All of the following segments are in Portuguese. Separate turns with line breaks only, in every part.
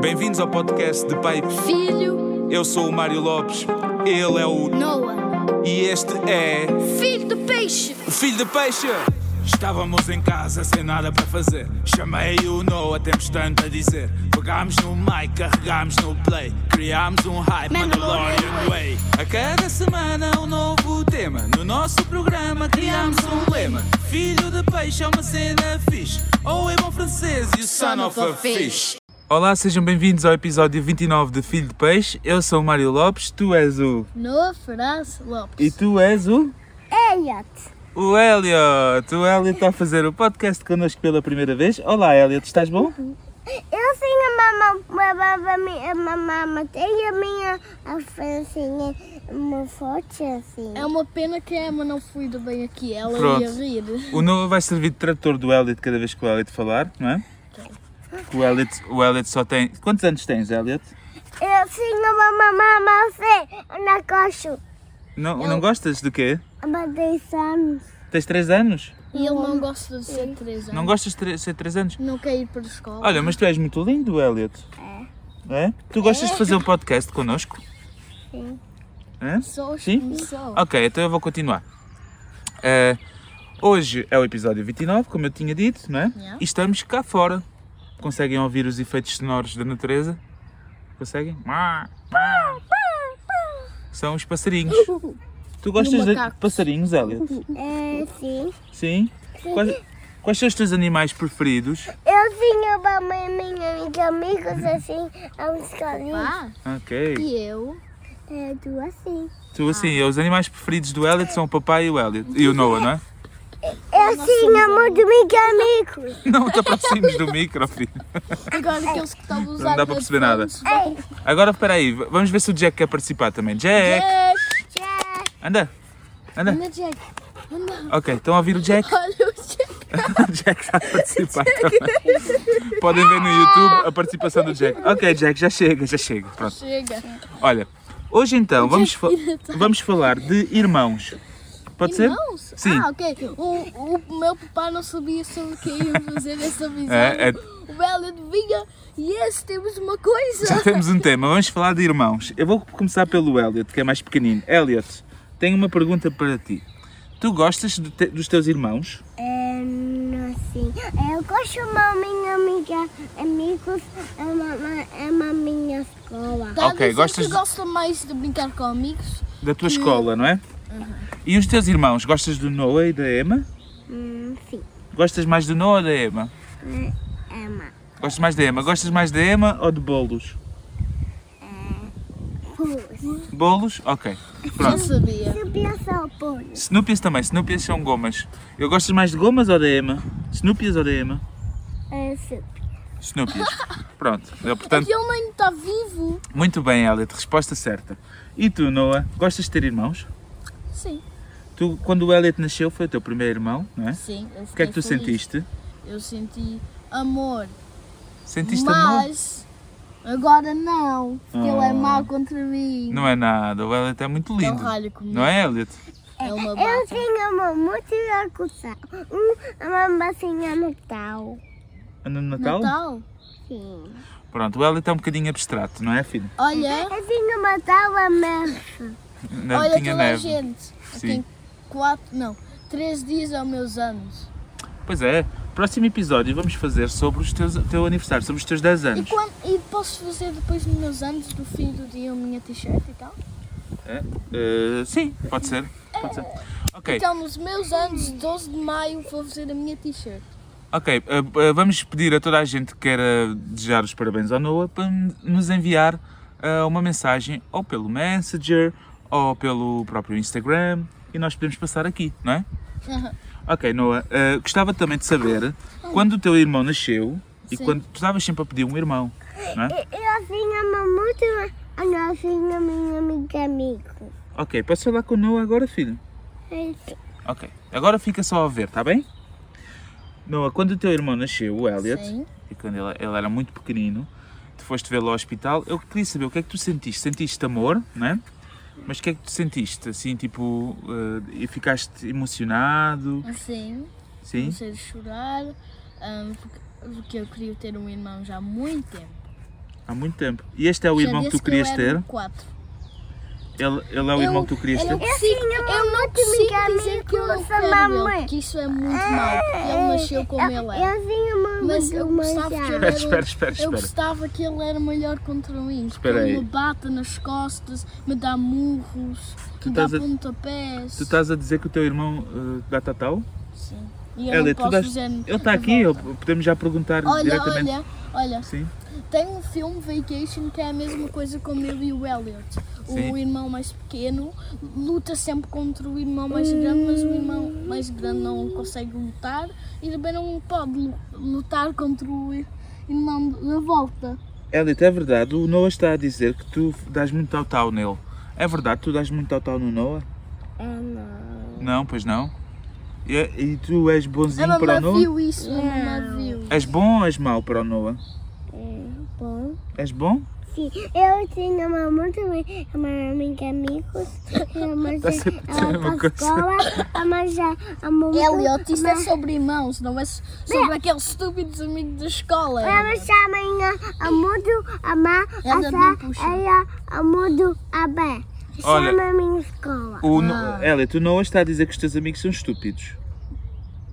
Bem-vindos ao podcast de Pai.
Filho
Eu sou o Mário Lopes, ele é o.
Noah,
E este é.
filho de peixe,
Filho de Peixe! Estávamos em casa sem nada para fazer. Chamei o Noah, temos tanto a dizer. Pegámos no mic, carregámos no play. Criámos um hype,
Mandalorian
Mandalorian Way. A cada semana um novo tema. No nosso programa criámos um lema. Filho de Peixe é uma cena fixe. Ou em bom francês e o son of a fish. Olá, sejam bem-vindos ao episódio 29 de Filho de Peixe. Eu sou o Mário Lopes, tu és o.
Noah Ferraz
E
Lopes.
tu és o.
Elliot.
O Elliot! O Elliot está a fazer o podcast connosco pela primeira vez. Olá, Elliot, estás bom?
Eu tenho a mamãe, mamãe, minha mamãe, tenho a minha a francinha muito forte assim.
É uma pena que a Emma não foi do bem aqui, ela
Pronto.
ia rir.
O Noah vai servir de trator do Elliot cada vez que o Elliot falar, não é? O Elliot, o Elliot só tem. Quantos anos tens, Elliot?
Eu tenho uma mamãe assim, na coxa,
Não, não gostas do quê?
há 10 anos.
Tens 3 anos?
E ele não gosta de ser três anos.
Não gostas de tre- ser 3 anos?
Não quer ir para a escola.
Olha, mas tu és muito lindo, Elliot. É? Tu gostas de fazer um podcast connosco?
Sim.
É?
Só os
Sim?
começou.
Ok, então eu vou continuar. Eh, hoje é o episódio 29, como eu tinha dito, não é?
Yeah.
E estamos cá fora. Conseguem ouvir os efeitos sonoros da natureza? Conseguem? Má, má. São os passarinhos. Tu gostas de
macaco.
passarinhos, Elliot?
É sim.
Sim? Quais, quais são os teus animais preferidos?
Eu tenho a mamãe, minha amiga, amigos assim, a uns carinhos.
Pá,
Ok.
e eu?
É tu assim.
Ah.
Tu assim, os animais preferidos do Elliot são o papai e o Elliot. E o Noah, não é?
Eu tenho muito amiga, amigos.
Não te aproximes do micro, filho.
Agora aqueles que estavam usando.
dá para perceber nada. Agora espera aí, v- vamos ver se o Jack quer participar também. Jack!
Jack!
Tchau.
Anda! Anda!
Anda, Jack! Anda!
Ok, estão a ouvir o Jack?
Olha o Jack!
o Jack está a participar também. Podem ver no YouTube a participação do Jack. Ok, Jack, já chega, já chega. Pronto.
Chega!
Olha, hoje então vamos, fa-
ainda tá-
vamos falar de irmãos. Pode ser?
Irmãos?
Sim.
Ah, ok. O, o meu papá não sabia sobre o que ia fazer essa visão.
É, é-
O Elliot vinha, yes, temos uma coisa.
Já temos um tema, vamos falar de irmãos. Eu vou começar pelo Elliot, que é mais pequenino. Elliot, tenho uma pergunta para ti. Tu gostas do te- dos teus irmãos?
É, não sei. Eu gosto da minha amiga, amigos, é uma, é uma minha escola.
Tá a
Ok,
dizer
gostas
que
de-
gosta mais de brincar com amigos?
Da tua escola, não é?
Uhum.
E os teus irmãos? Gostas do Noah e da Emma?
Hum, sim,
Gostas mais do Noah ou da Emma?
é uma
Gostas mais da Emma? Gostas mais da Emma ou de bolos?
é, pus.
Bolos? Ok.
Não
Pronto.
sabia.
Subia só pus.
Snoopias também. Snoopias são gomas. Eu gostas mais de gomas ou da Emma? Snoopias ou da Emma?
É, sim.
Snoopias. Pronto. Eu,
Portanto...
portanto,
Ele nem está vivo.
muito bem, Elliot. Resposta certa. E tu, Noah? Gostas de ter irmãos?
Sim.
Tu, quando o Elliot nasceu, foi o teu primeiro irmão, não é?
Sim. eu
O que é que tu
fiquei feliz.
sentiste?
Eu senti amor.
Sentiste amor?
mas agora não. Porque ele é
Oh.
mau contra mim. um
Não é nada. O Elliot é muito
Ele
lindo.
ralha comigo.
Não é, Elliot?
É uma
Eu
bata.
tenho uma muito locução. Uma massinha no tal.
Anda no Natal?
Natal?
Sim.
Pronto, o Elliot é um bocadinho abstrato, não é, filho?
Olha,
Eu tenho uma tal a
Não
olha
tinha
toda a
neve.
gente.
Sim.
Tem quatro, não, três dias aos meus anos.
Pois é, próximo episódio vamos fazer sobre os teus, teu aniversário, sobre os teus 10
E,
anos.
quando, e posso fazer depois dos meus anos, do fim do dia, a minha t-shirt e tal?
É? Eh, sim, pode ser. Pode ser. Ok,
Então, nos meus anos, 12 de maio, vou fazer a minha t-shirt.
ok. eh, eh, vamos pedir a toda a gente que quer eh, desejar os parabéns ao Noah para n- nos enviar eh, uma mensagem ou pelo Messenger ou pelo próprio Instagram e nós podemos passar aqui, não é?
Aham.
Ok, Noah, eh, gostava também de saber quando o teu irmão nasceu e
Sim.
quando tu estavas sempre a pedir um irmão, não é?
Eu tenho uma muito. Eu tenho a minha amiga, amigo.
Ok, posso falar com o Noah agora, filho?
É, sim.
Ok. Agora fica só a ver, tá bem? Noah, quando o teu irmão nasceu, o Elliot,
Sim.
e quando ele, ele era muito pequenino, tu foste vê-lo ao hospital, eu queria saber o que é que tu sentiste. Sentiste amor, né? Mas o que é que tu sentiste? Assim, tipo, eh, e ficaste emocionado?
Assim,
Sim?
comecei a chorar, ahm, porque, porque eu queria ter um irmão já há muito tempo.
Há muito tempo. E este é o
Já
irmão que
disse
tu querias
eu era
ter?
um quatro.
Ele, ele é o irmão que tu querias
eu não
ter?
consigo,
Sim, eu
eu não
muito
consigo
amiga
dizer
minha
que eu não
com
quero
essa
ele,
mamãe.
porque isso é muito mau, porque ele nasceu como ele é.
Eu tinha uma
Mas eu gostava que ele era.
Espera, espera, espera, espera.
Eu gostava que ele era melhor contra mim. que
Espera aí.
ele me bata nas costas, me dá murros,
Tu
me dá
estás a-
pontapés.
Tu estás a dizer que o teu irmão eh, dá tatau?
Sim. E eu
Ela,
não
tu
posso
dás-
dizer
Ele está
de
aqui,
volta.
ele- podemos já perguntar
Olha,
diretamente.
olha, olha.
Sim.
Tem um filme Vacation que é a mesma coisa como ele e o Elliot.
Sim.
O irmão mais pequeno luta sempre contra o irmão mais grande, mas o irmão mais grande não consegue lutar e também não pode lu- lutar contra o ir- irmão da volta.
Elliot, é verdade, o Noah está a dizer que tu dás muito tatau nele. É verdade, tu dás muito tatau no Noah?
não.
É, Não, pois não. E, e tu és
É A
bonzinho para o
mamãe
Noah?
viu isso, é a mamãe viu.
És bom ou és mau para o Noah?
É bom.
És bom?
Sim, eu tinha uma mãe também, uma amiga amigos, uma
Tá
já
sempre dizendo
ela
uma
pra
coisa.
escola, uma já a mamãe.
Elliot, isso é
mas-
sobre irmãos, não é so- sobre aqueles estúpidos amigos da escola.
Ela chama a mudo, a má, a
Ela não puxa.
sá, ela a mudo, a bé.
Olha.
Chama a é minha escola.
O No-
Ah.
Elliot, o Noah está a dizer que os teus amigos são estúpidos.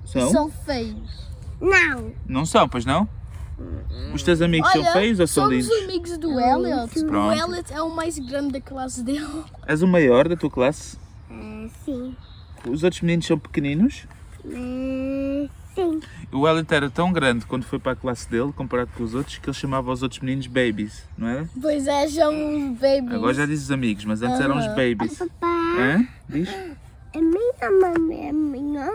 São?
São feios.
Não.
Não são, pois não? Os teus amigos são feios ou são
somos
lindos?
amigos do Elliot. O
Pronto.
Elliot é o mais grande da classe dele.
És o maior da tua classe?
É, sim.
Os outros meninos são pequeninos?
É, sim.
O Elliot era tão grande quando foi para a classe dele, comparado com os outros, que ele chamava os outros meninos babies, não era?
Pois é, chamam os babies.
Agora já diz os amigos, mas antes eram os
Aham.
babies.
Papai.
Hã? Diz?
A minha mamãe, a minha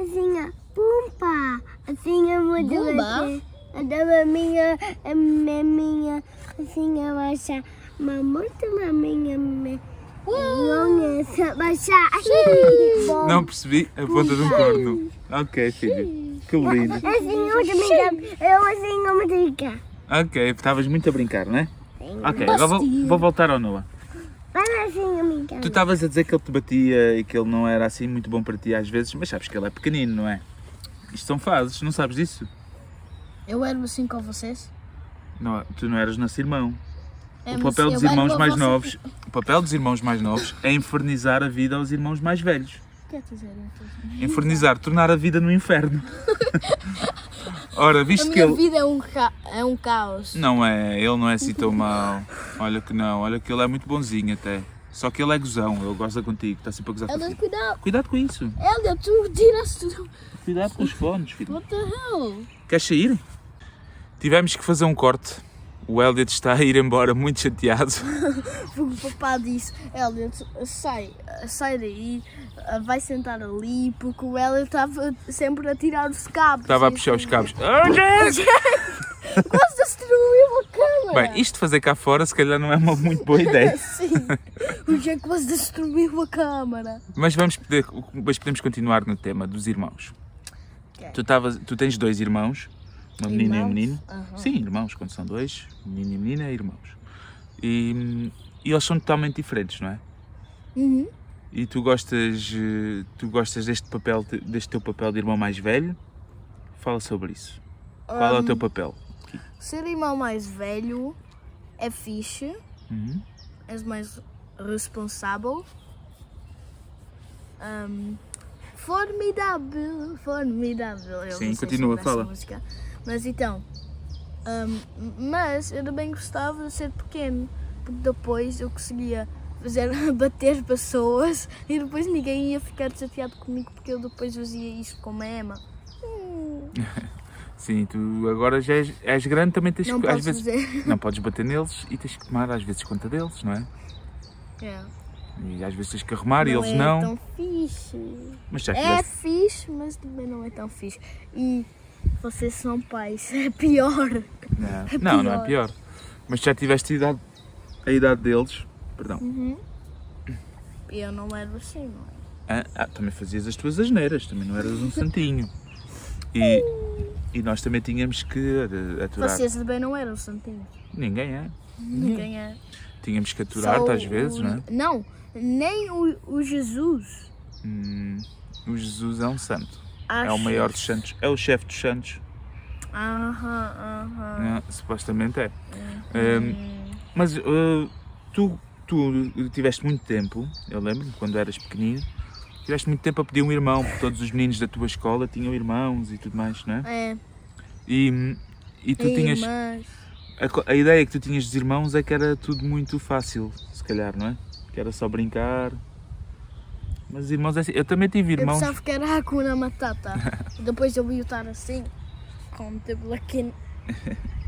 assim, a pumpa. Assim, a mudo.
Pumba?
assim, A da minha, a minha, minha, assim, a baixa. Mas muito maminha, minha.
Uh!
Não, essa baixa.
Não percebi a ponta de um corno. Ok, filho. Que lindo.
Assim, eu também. Eu assim, eu me diga.
Ok, estavas muito a brincar, não é? Ok,
Posso
agora vou,
ir?
vou voltar ao Noah.
Vai assim, amiga.
Tu estavas a dizer que ele te batia e que ele não era assim muito bom para ti às vezes, mas sabes que ele é pequenino, não é? Isto são fases, não sabes disso?
Eu era assim com vocês.
Não, tu não eras nosso irmão.
É,
o
mas
papel
eu
dos
era
irmãos
com
mais
vocês.
novos, o papel dos irmãos mais novos é infernizar a vida aos irmãos mais velhos.
O que é que vocês eram?
Infernizar, tornar a vida no inferno. Ora,
A
visto que
minha
ele
vida é um, ca- é um caos.
não é, ele não é assim tão mau. Olha que não, olha que ele é muito bonzinho até. Só que ele é gozão, ele goza contigo, está sempre a gozar
Elliot,
contigo.
cuidado.
Cuidado com isso.
Elliot, tu tiraste tudo.
Cuidado com os fones, filho.
What the hell?
Queres sair? Tivemos que fazer um corte. O Elliot está a ir embora muito chateado.
Ah, Porque o papá disse, Elliot, sai, sai daí, ah, vai sentar ali, porque o Elliot estava sempre a tirar os cabos.
Estava a puxar os cabos. Oh, yes!
Quase destruiu a câmera.
Bem, isto de fazer cá fora se calhar não é uma muito boa ideia.
Sim, o Jack quase destruiu a câmara.
Mas vamos poder, mas podemos continuar no tema dos irmãos.
Ok.
Tu, tavas- tu tens dois irmãos, uma menina e um
Irmãos?
menino.
Aham.
Sim, irmãos, quando são dois, menino e menina, irmãos. E, e eles são totalmente diferentes, não é?
Uhum.
E tu gostas, eh, tu gostas deste papel, de- deste teu papel de irmão mais velho? Fala sobre isso. Qual é o
Um.
teu papel?
Ser irmão mais velho é fixe,
Uhum.
és mais responsável. Ahm, formidável, formidável. Eu
Sim,
não sei
continua,
sobre essa
fala.
música. Mas então, ahm, mas eu também gostava de ser pequeno, porque depois eu conseguia fazer bater pessoas e depois ninguém ia ficar chateado comigo porque eu depois fazia isso com a Emma.
Sim, tu agora já és, és grande, também tens
Não
que-
posso
às vezes
dizer.
não podes bater neles e tens que tomar às vezes conta deles, não é?
É.
E às vezes tens que arrumar e
não
eles
é
não.
tão fixe.
Mas já
É
tiveste.
fixe, mas também não é tão fixe. E vocês são pais, é pior. assim,
Não, não, não é pior. Mas já tiveste a idade, a idade deles. Perdão.
E eu não era assim, não é?
Ah, ah, também fazias as tuas asneiras, também não eras um santinho. E, e nós também tínhamos que eh, aturar.
Vocês também não eram santinhos.
Ninguém é.
Ninguém é.
Tínhamos que
Só um.
aturar-te às
o-
vezes,
o-
não é?
Não, nem o, o Jesus.
Hum, o Jesus é um santo. É o
Acho-
maior dos santos. É o chefe dos santos.
Aham, aham.
né? Supostamente é. Ahm, mas ah, tu, tu tiveste muito tempo, eu lembro-me quando eras pequenino, tiveste muito tempo a pedir um irmão, porque todos os meninos da tua escola tinham irmãos e tudo mais, não é?
É,
E, e tu
e
tinhas.
É, irmãs.
A, co- a ideia que tu tinhas dos irmãos é que era tudo muito fácil, se calhar, não é? Que era só brincar. Mas os irmãos, é assim- eu também tive
Eu
irmãos.
pensava que era Hakuna Matata. Depois eu vi o estar assim, com o dedo aqui.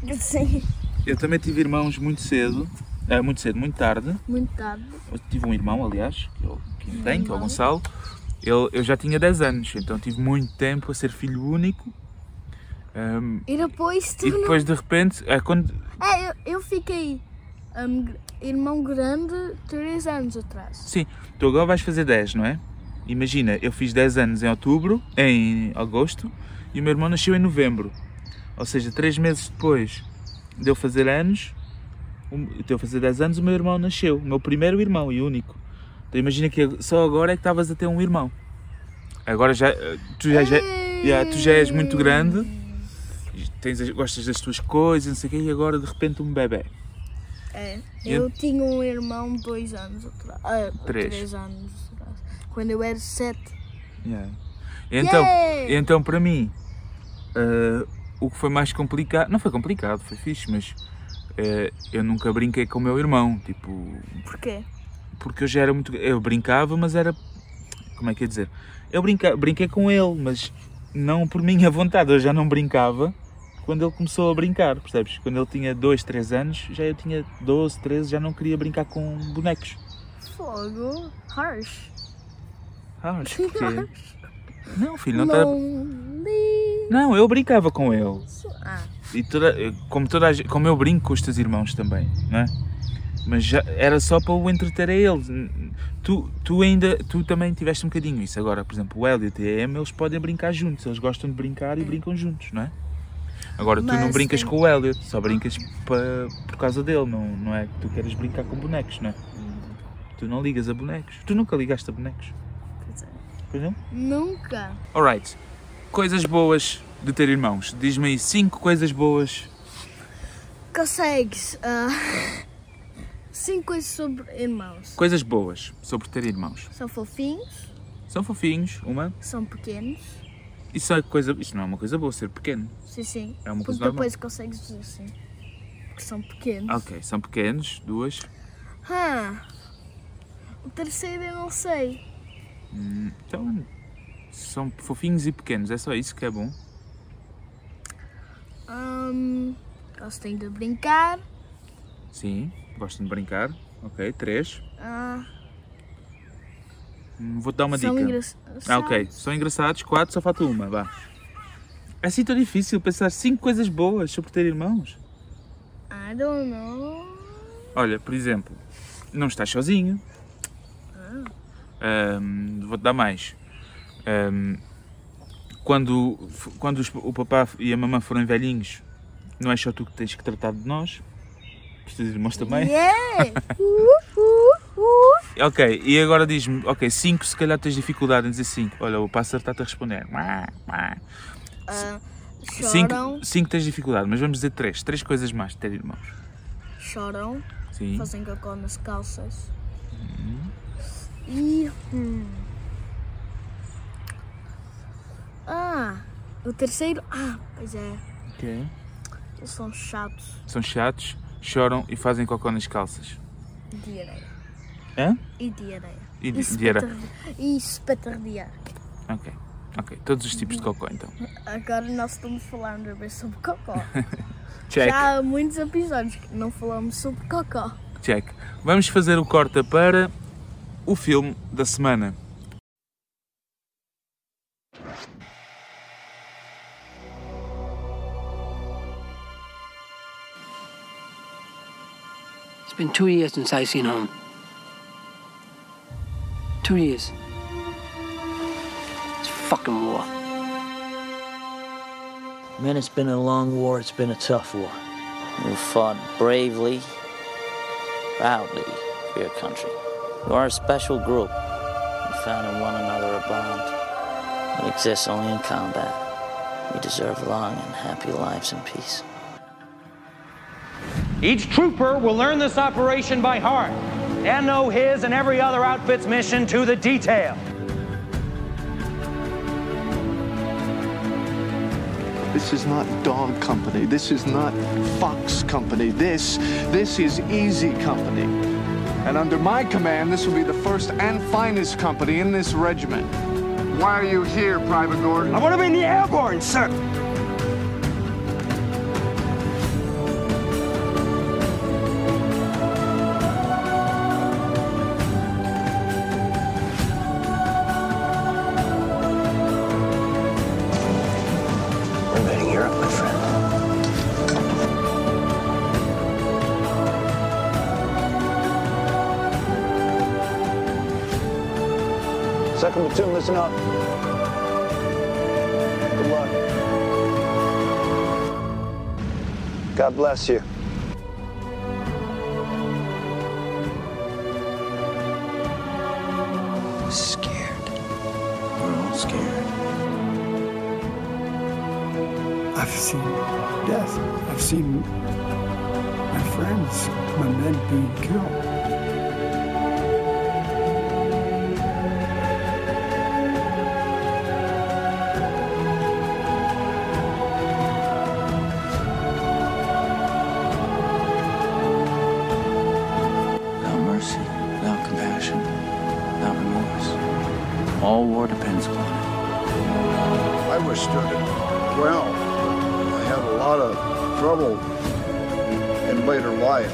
Assim,
Eu também tive irmãos muito cedo, é, muito cedo, muito tarde.
muito tarde.
Eu tive um irmão, aliás, que eu que ainda tenho, que é o Gonçalo. Ele, eu já tinha 10 anos, então tive muito tempo a ser filho único. Ahm,
E depois tu
e
não-
depois de repente, é quando.
É, eu, eu fiquei hum, gr- irmão grande três anos atrás.
Sim, tu agora vais fazer 10, não é? Imagina, eu fiz 10 anos em outubro, em agosto, e o meu irmão nasceu em novembro. Ou seja, 3 meses depois de eu fazer anos, um- de eu fazer 10 anos, o meu irmão nasceu. O meu primeiro irmão e único. Então imagina que ag- só agora é que estavas a ter um irmão. Agora já. eh, Tu já, já,
Ah,
yeah, tu já és muito grande, e tens, as- gostas das tuas coisas, não sei o quê, e agora de repente um bebê.
É,
E
eu tinha um irmão dois anos atrás. Ah,
Três.
três. anos atrás. Quando eu era sete.
Yeah. Então,
Yay!
então para mim, eh, o que foi mais complicado, não foi complicado, foi fixe, mas eh, eu nunca brinquei com o meu irmão, tipo,
Porquê?
porque eu já era muito, eu brincava, mas era, como é que ia dizer, eu brinca, brinquei com ele, mas não por minha vontade, eu já não brincava quando ele começou a brincar, percebes? Quando ele tinha 2, 3 anos, já eu tinha 12, 13, já não queria brincar com bonecos.
Fogo. Harsh.
Ah, mas porquê? Não, filho, não, tá-
Lonely.
não, eu brincava com ele.
Ah,
E toda, como, toda a, gen- como eu brinco com os teus irmãos também, não é? Mas já, era só para o entreter a eles. N- n- Tu, tu ainda, tu também tiveste um bocadinho isso. Agora, por exemplo, o Elliot e a Emma, eles podem brincar juntos. Eles gostam de brincar e brincam juntos, não é? Agora, tu não
Mas
brincas
tem-
com o Elliot, só brincas pa- por causa dele, não, não é que tu queres brincar com bonecos, não é? Tu não ligas a bonecos. Tu nunca ligaste a bonecos,
pois é.
por exemplo?
Nunca.
Alright, coisas boas de ter irmãos. Diz-me aí cinco coisas boas
Consegues. ah, cinco coisas sobre irmãos.
Coisas boas sobre ter irmãos.
São fofinhos,
São fofinhos, uma.
são pequenos.
Isso, é coisa, isso não é uma coisa boa, ser pequeno.
Sim, sim.
É uma coisa
Porque
normal. Ah.
depois consegues dizer assim. Porque são pequenos.
Ok, são pequenos, duas.
Ah, o terceiro eu não sei.
Hum, Então, são fofinhos e pequenos, é só isso que é bom.
Ahm, gostem Hum, de brincar.
Sim, gostam de brincar. Ok, três.
Ah,
Hum, Vou-te dar uma
são
dica.
engraçados.
Ah, ok, são engraçados, quatro, só falta uma, vá. É assim tão difícil pensar cinco coisas boas sobre ter irmãos.
I don't know.
Olha, por exemplo, não estás sozinho. Ahm, Vou-te dar mais. Ahm, quando f- quando os- o papá e a mamã forem velhinhos, não é só tu que tens que tratar de nós, os teus irmãos também.
Yeah! uh, uh, uh.
Ok, e agora diz-me, ok, 5 se calhar tens dificuldade em dizer 5. Olha, o pássaro está-te a responder.
Ah, choram,
5 cinco tens dificuldade, mas vamos dizer 3. 3 coisas mais de ter irmãos.
choram,
Sim. Hum.
fazem cocô nas calças. E. hum. Ah, o terceiro. Ah, pois é.
Ok.
Eles são chatos.
São chatos, choram e fazem cocô nas calças.
De areia.
Hã?
E de areia.
E
Isso
de era.
Isso petardear.
Ok, ok. Todos os tipos de cocô então.
Agora nós estamos falando bem sobre cocó.
Check,
Já há muitos episódios que não falamos sobre cocó.
check. Vamos fazer o corta para o filme da semana.
It's been two years since I've seen home. Two years. It's fucking war.
Man, it's been a long war. It's been a tough war.
who fought bravely, proudly for your country. You are a special group. You found in one another a bond that exists only in combat. We deserve long and happy lives in peace.
Each trooper will learn this operation by heart and know his and every other outfit's mission to the detail.
This is not Dog Company. This is not Fox Company. This, this is Easy Company. And under my command, this will be the first and finest company in this regiment. Why are you here, Private Gordon?
I want to be in the airborne, sir.
We're invading Europe, my friend.
Second platoon, listen up. Good luck. God bless you.
Scared. We're all scared.
I've seen death. I've seen my friends, my men being killed.
Without mercy, without compassion, without remorse. All war depends upon it.
I withstood it well. I had a lot of trouble in later life.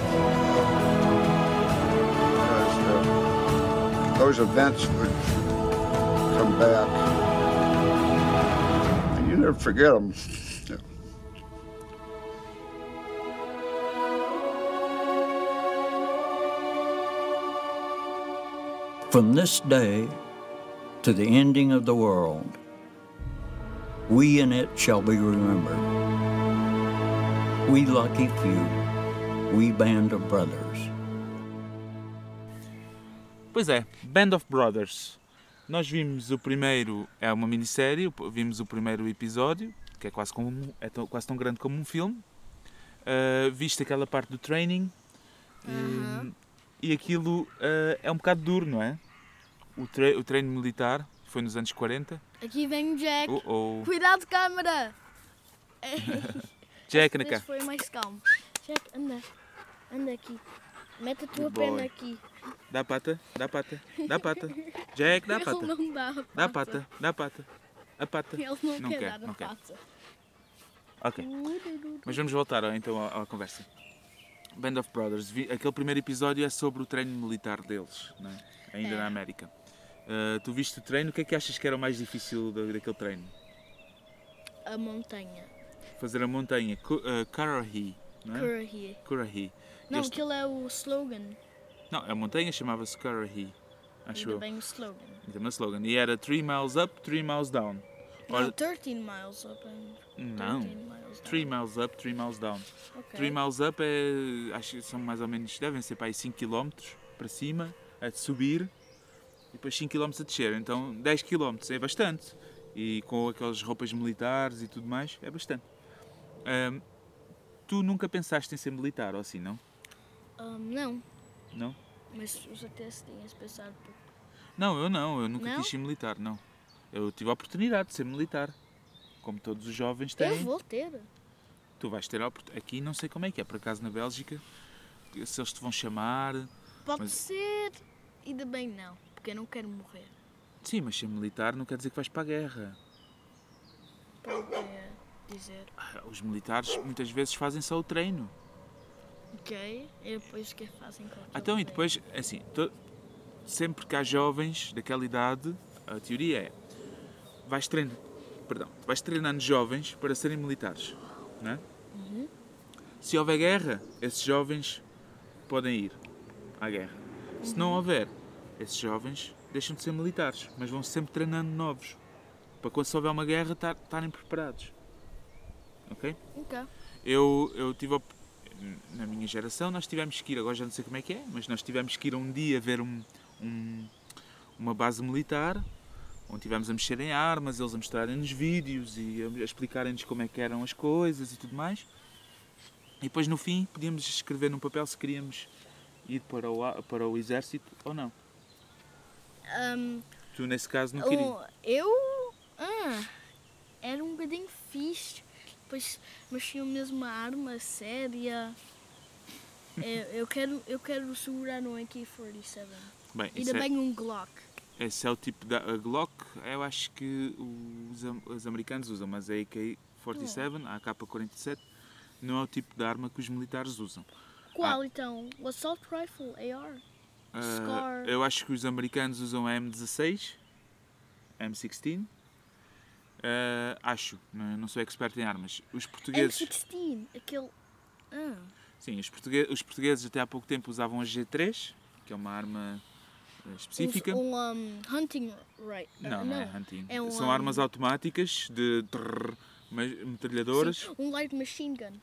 Because uh, those events would come back. And you never forget them.
From this day to the ending of the world, we in it shall be remembered. We lucky few, we band of brothers.
Pois é, Band of Brothers. Nós vimos o primeiro, é uma minissérie, vimos o primeiro episódio, que é quase, como, é tão, quase tão grande como um filme. Ah, viste aquela parte do training e- e, aquilo ah, é um bocado duro, não é? O, tre- o treino militar foi nos anos 40.
Aqui vem o Jack.
Oh, oh.
Cuidado, câmara!
Jack na
Esse
cá.
foi mais calmo.
Jack, anda. Anda aqui. Mete a tua
Good
perna
boy.
aqui.
Dá a pata, dá a pata, dá a pata. Jack, dá a
Ele
pata.
não dá a
Dá a pata, dá a pata. A pata.
Ele não,
Não
quer,
quer,
dar a
não quer.
pata.
Ok. Mas vamos voltar ó, então à, à conversa. Band of Brothers, vi- aquele primeiro episódio é sobre o treino militar deles, não é? ainda na América. Ah, tu viste o treino, o que é que achas que era o mais difícil da- daquele treino?
A montanha.
Fazer a montanha, Ku- ah, Karahi, não é?
Curry here.
Karahi.
Não,
Este-
aquilo é o slogan.
Não, a montanha chamava-se Karahi, acho
Ainda
eu.
bem o slogan.
Então, no slogan. E era 3 miles up, 3 miles down.
Não,
Ora-
13 miles up. and
Não.
13 miles down.
3 miles up, 3 miles down.
Ok.
3 miles up é, acho que são mais ou menos, devem ser para aí 5 km para cima, a de subir e depois 5 km a descer. Então 10 km é bastante. E com aquelas roupas militares e tudo mais, é bastante. Ahm, tu nunca pensaste em ser militar ou assim, não?
Um, não,
Não?
mas os até se tinhas pensado. Por...
Não, eu não, eu nunca
Não?
quis ser militar, não. Eu tive a oportunidade de ser militar, como todos os jovens têm.
Eu vou ter.
Tu vais ter a oportunidade. Aqui não sei como é que é, por acaso na Bélgica, se eles te vão chamar.
Pode
Mas-
ser. Ainda bem não, porque eu não quero morrer.
Sim, mas ser militar não quer dizer que vais para a guerra.
Porque É dizer,
Ah, Os militares muitas vezes fazem só o treino.
ok, e depois o que é que fazem com aquilo
Então, e
que têm?
depois, assim, to- sempre que há jovens daquela idade, a teoria é: vais treinando, perdão, vais treinando jovens para serem militares, não é? Se houver guerra, esses jovens podem ir à guerra. Se não houver, esses jovens deixam de ser militares, mas vão sempre treinando novos, para quando se houver uma guerra tar- estarem preparados. Ok?
Ok.
Eu, eu tive a op- na minha geração nós tivemos que ir, agora já não sei como é que é, mas nós tivemos que ir um dia ver um- um- uma base militar onde tivemos a mexer em armas, eles a mostrarem-nos vídeos e a, a explicarem-nos como é que eram as coisas e tudo mais. E depois no fim podíamos escrever num papel se queríamos ir para o, a- para o exército ou não.
Ahm,
Tu nesse caso não querias.
o- oh, eu. ah, era um bocadinho fixe. Pois, mas tinha mesmo uma arma séria. É, Eu, eu quero, eu quero segurar um AK-47.
Bem,
Ainda
isso é-
bem um Glock.
Esse é o tipo da a Glock, eu acho que os, am- os americanos usam, mas a AK-47, a AK-47, não é o tipo de arma que os militares usam.
Qual então? O Assault Rifle AR.
Ah,
Scar.
eu acho que os americanos usam a M16, M16, ah, acho, não, não sou expert em armas. Os portugueses,
M16, É aquele. Ah,
sim, os, portugue- os portugueses até há pouco tempo usavam a G3, que é uma arma ah, específica.
Um, um, hunting right. ah,
Não, não é hunting.
É um,
São armas
um,
automáticas de trrr, mas- metralhadoras.
sim, um light machine gun.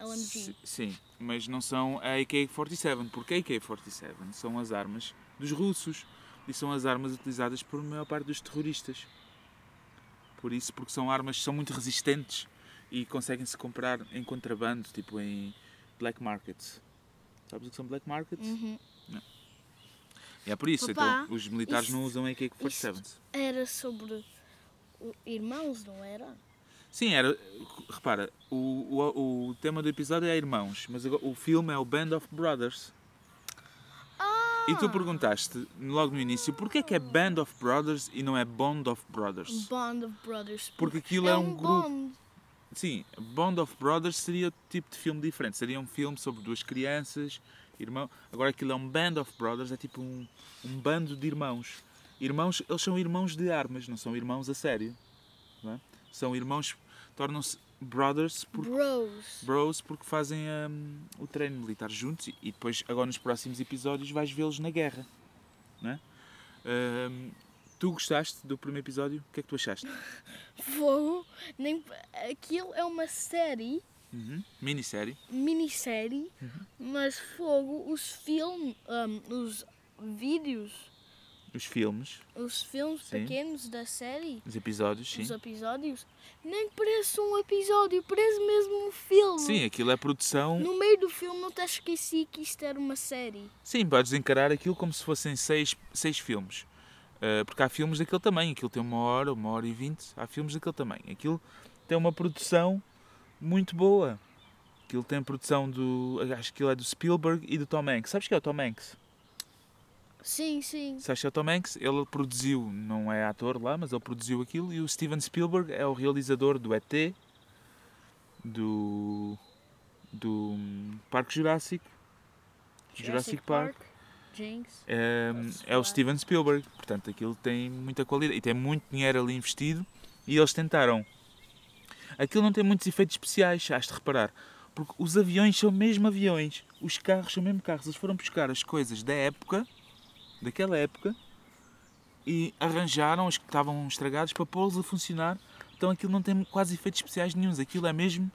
LMG.
Sim, mas não são a AK-47, porque a AK-47 são as armas dos russos e são as armas utilizadas por maior parte dos terroristas. Por isso, porque são armas que são muito resistentes e conseguem-se comprar em contrabando, tipo em black markets. Sabes o que são black markets?
Uhum.
Não. É por isso,
Papá,
então, os militares
isso-
não usam AK-47.
Era sobre o- irmãos, não era?
Sim, era. Repara, o, o, o tema do episódio é Irmãos, mas agora o filme é o Band of Brothers. E tu perguntaste logo no início porquê é que é Band of Brothers e não é Bond of Brothers?
Ah, Bond of Brothers.
Porque aquilo é, um, grupo.
Bond.
Sim, Bond of Brothers seria outro tipo de filme diferente. Seria um filme sobre duas crianças, irmão. Agora aquilo é um Band of Brothers, é tipo um, um bando de irmãos. Irmãos, eles são irmãos de armas, não são irmãos a sério. não é? São irmãos, tornam-se brothers porque
Bros.
bros porque fazem hum, o treino militar juntos e e depois agora nos próximos episódios vais vê-los na guerra, não é? Hum, tu gostaste do primeiro episódio? O que é que tu achaste?
Fogo. Nem... Aquilo é uma série,
Uhum. Minissérie.
minissérie,
Uhum.
mas fogo, os filmes, os vídeos,
Os filmes,
os filmes
Sim.
pequenos da série,
os episódios, sim.
os episódios, nem parece um episódio, parece mesmo um filme.
Sim, aquilo é produção.
No meio do filme não te esqueci que isto era uma série.
Sim, podes encarar aquilo como se fossem seis, seis filmes. Ah, porque há filmes daquele tamanho. Aquilo tem uma hora, uma hora e vinte. Há filmes daquele tamanho. Aquilo tem uma produção muito boa. Aquilo tem produção do. Acho que aquilo é do Spielberg e do Tom Hanks. Sabes que é o Tom Hanks?
Sim, sim.
Sabes que é o Tom Hanks? Ele produziu, não é ator lá, mas ele produziu aquilo. E o Steven Spielberg é o realizador do ET, do. do hum, Parque Jurássico.
Jinx.
É, é o Steven Spielberg, portanto aquilo tem muita qualidade e tem muito dinheiro ali investido e eles tentaram. Aquilo não tem muitos efeitos especiais, has de reparar, porque os aviões são mesmo aviões, os carros são mesmo carros, eles foram buscar as coisas da época, daquela época, e arranjaram os que estavam estragados para pô-los a funcionar, então aquilo não tem quase efeitos especiais nenhuns, aquilo é mesmo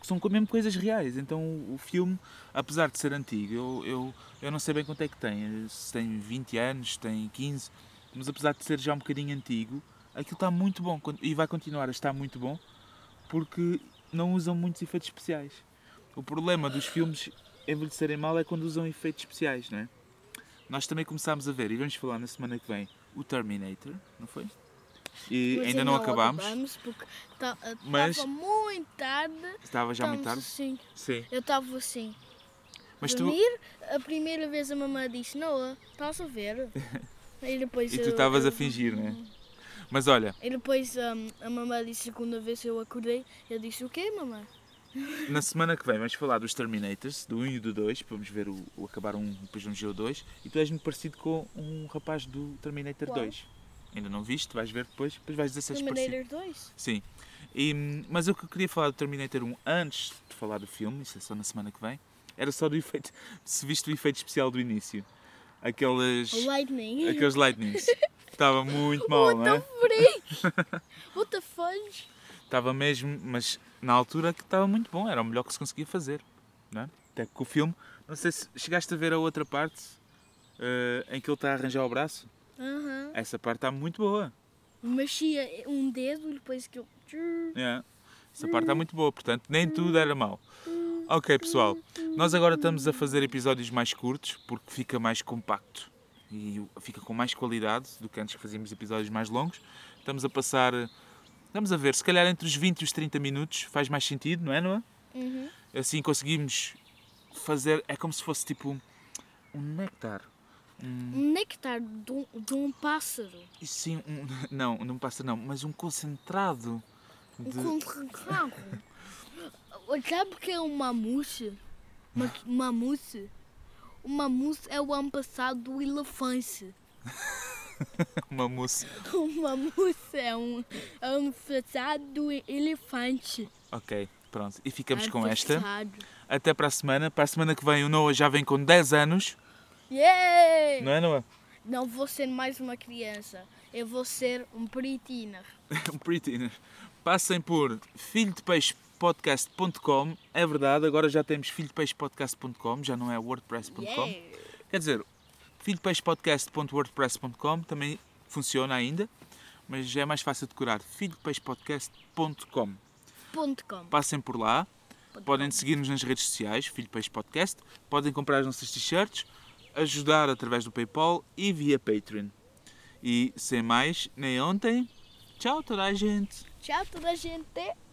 que são mesmo coisas reais. Então o o filme, apesar de ser antigo, eu, eu, eu não sei bem quanto é que tem, se tem 20 anos, se tem 15, mas apesar de ser já um bocadinho antigo, aquilo está muito bom con- e vai continuar a estar muito bom porque não usam muitos efeitos especiais. O problema dos filmes envelhecerem mal é quando usam efeitos especiais, não é? Nós também começámos a ver, e vamos falar na semana que vem, o Terminator, não foi? E
Mas
ainda é, não acabámos.
porque estava
Mas-
muito tarde.
Estava já muito
Estávamos
tarde?
Assim.
Sim.
Eu estava assim.
Mas tu-
dormir, a primeira vez a mamãe disse, Noah, estás a ver? E depois
E
eu-
tu estavas
eu-
a fingir, não é? Mas olha,
E depois hum, a mamãe disse a segunda vez eu acordei, eu disse o quê, mamãe?
na semana que vem vamos falar dos Terminators, do 1 e do 2, vamos ver o, o acabar um, depois vamos ver o 2, e tu és muito parecido com um rapaz do Terminator
Qual?
2. Ainda não viste, vais ver depois, depois vais dizer se és
Terminator
parecido.
2?
Sim. E, hum, mas o que eu queria falar do Terminator 1 antes de falar do filme, isso é só na semana que vem, era só do efeito, se viste o efeito especial do início. Aqueles...
O lightning.
Aqueles lightnings. Estava muito mal, não é?
Freak! What the fudge?
Estava mesmo, mas na altura que estava muito bom, era o melhor que se conseguia fazer. Não é? Até que o filme, não sei se chegaste a ver a outra parte eh, em que ele está a arranjar o braço.
Aham.
Essa parte está muito boa.
Mexia um dedo e depois que eu...
É. Essa parte está muito boa, portanto nem tudo era mau. Ok, pessoal, nós agora estamos a fazer episódios mais curtos porque fica mais compacto e fica com mais qualidade do que antes que fazíamos episódios mais longos. Estamos a passar, vamos a ver, se calhar entre os 20 e os 30 minutos faz mais sentido, não é, não é?
Uhum.
Assim conseguimos fazer, é como se fosse tipo um néctar. Um,
Um néctar de um, de um pássaro.
sim, um, não, não passa não, mas um concentrado
Um
de...
concentrado. Sabe o que é um mamute? Ma- Mamute? O mamute é o ano passado do elefante.
uma mousse.
O mamute é um é um passado do elefante.
Ok, pronto. E ficamos com esta.
Anfessado.
Até para a semana. Para a semana que vem o Noah já vem com 10 anos.
Yeah!
Não é, Noah?
Não vou ser mais uma criança. Eu vou ser um peritina.
Um pretty. Passem por filhodepeixepodcast.com. É verdade, agora já temos filhodepeixepodcast.com, já não é wordpress.com.
Yeah.
Quer dizer, filhodepeixepodcast.wordpress.com também funciona ainda, mas já é mais fácil decorar. filhodepeixepodcast.com.
Ponto com.
Passem por lá. Podem seguir-nos nas redes sociais, Filho Peixe Podcast. Podem comprar as nossas t-shirts, ajudar através do PayPal e via Patreon. E sem mais, nem ontem. Tchau, toda a gente!
Tchau toda a gente.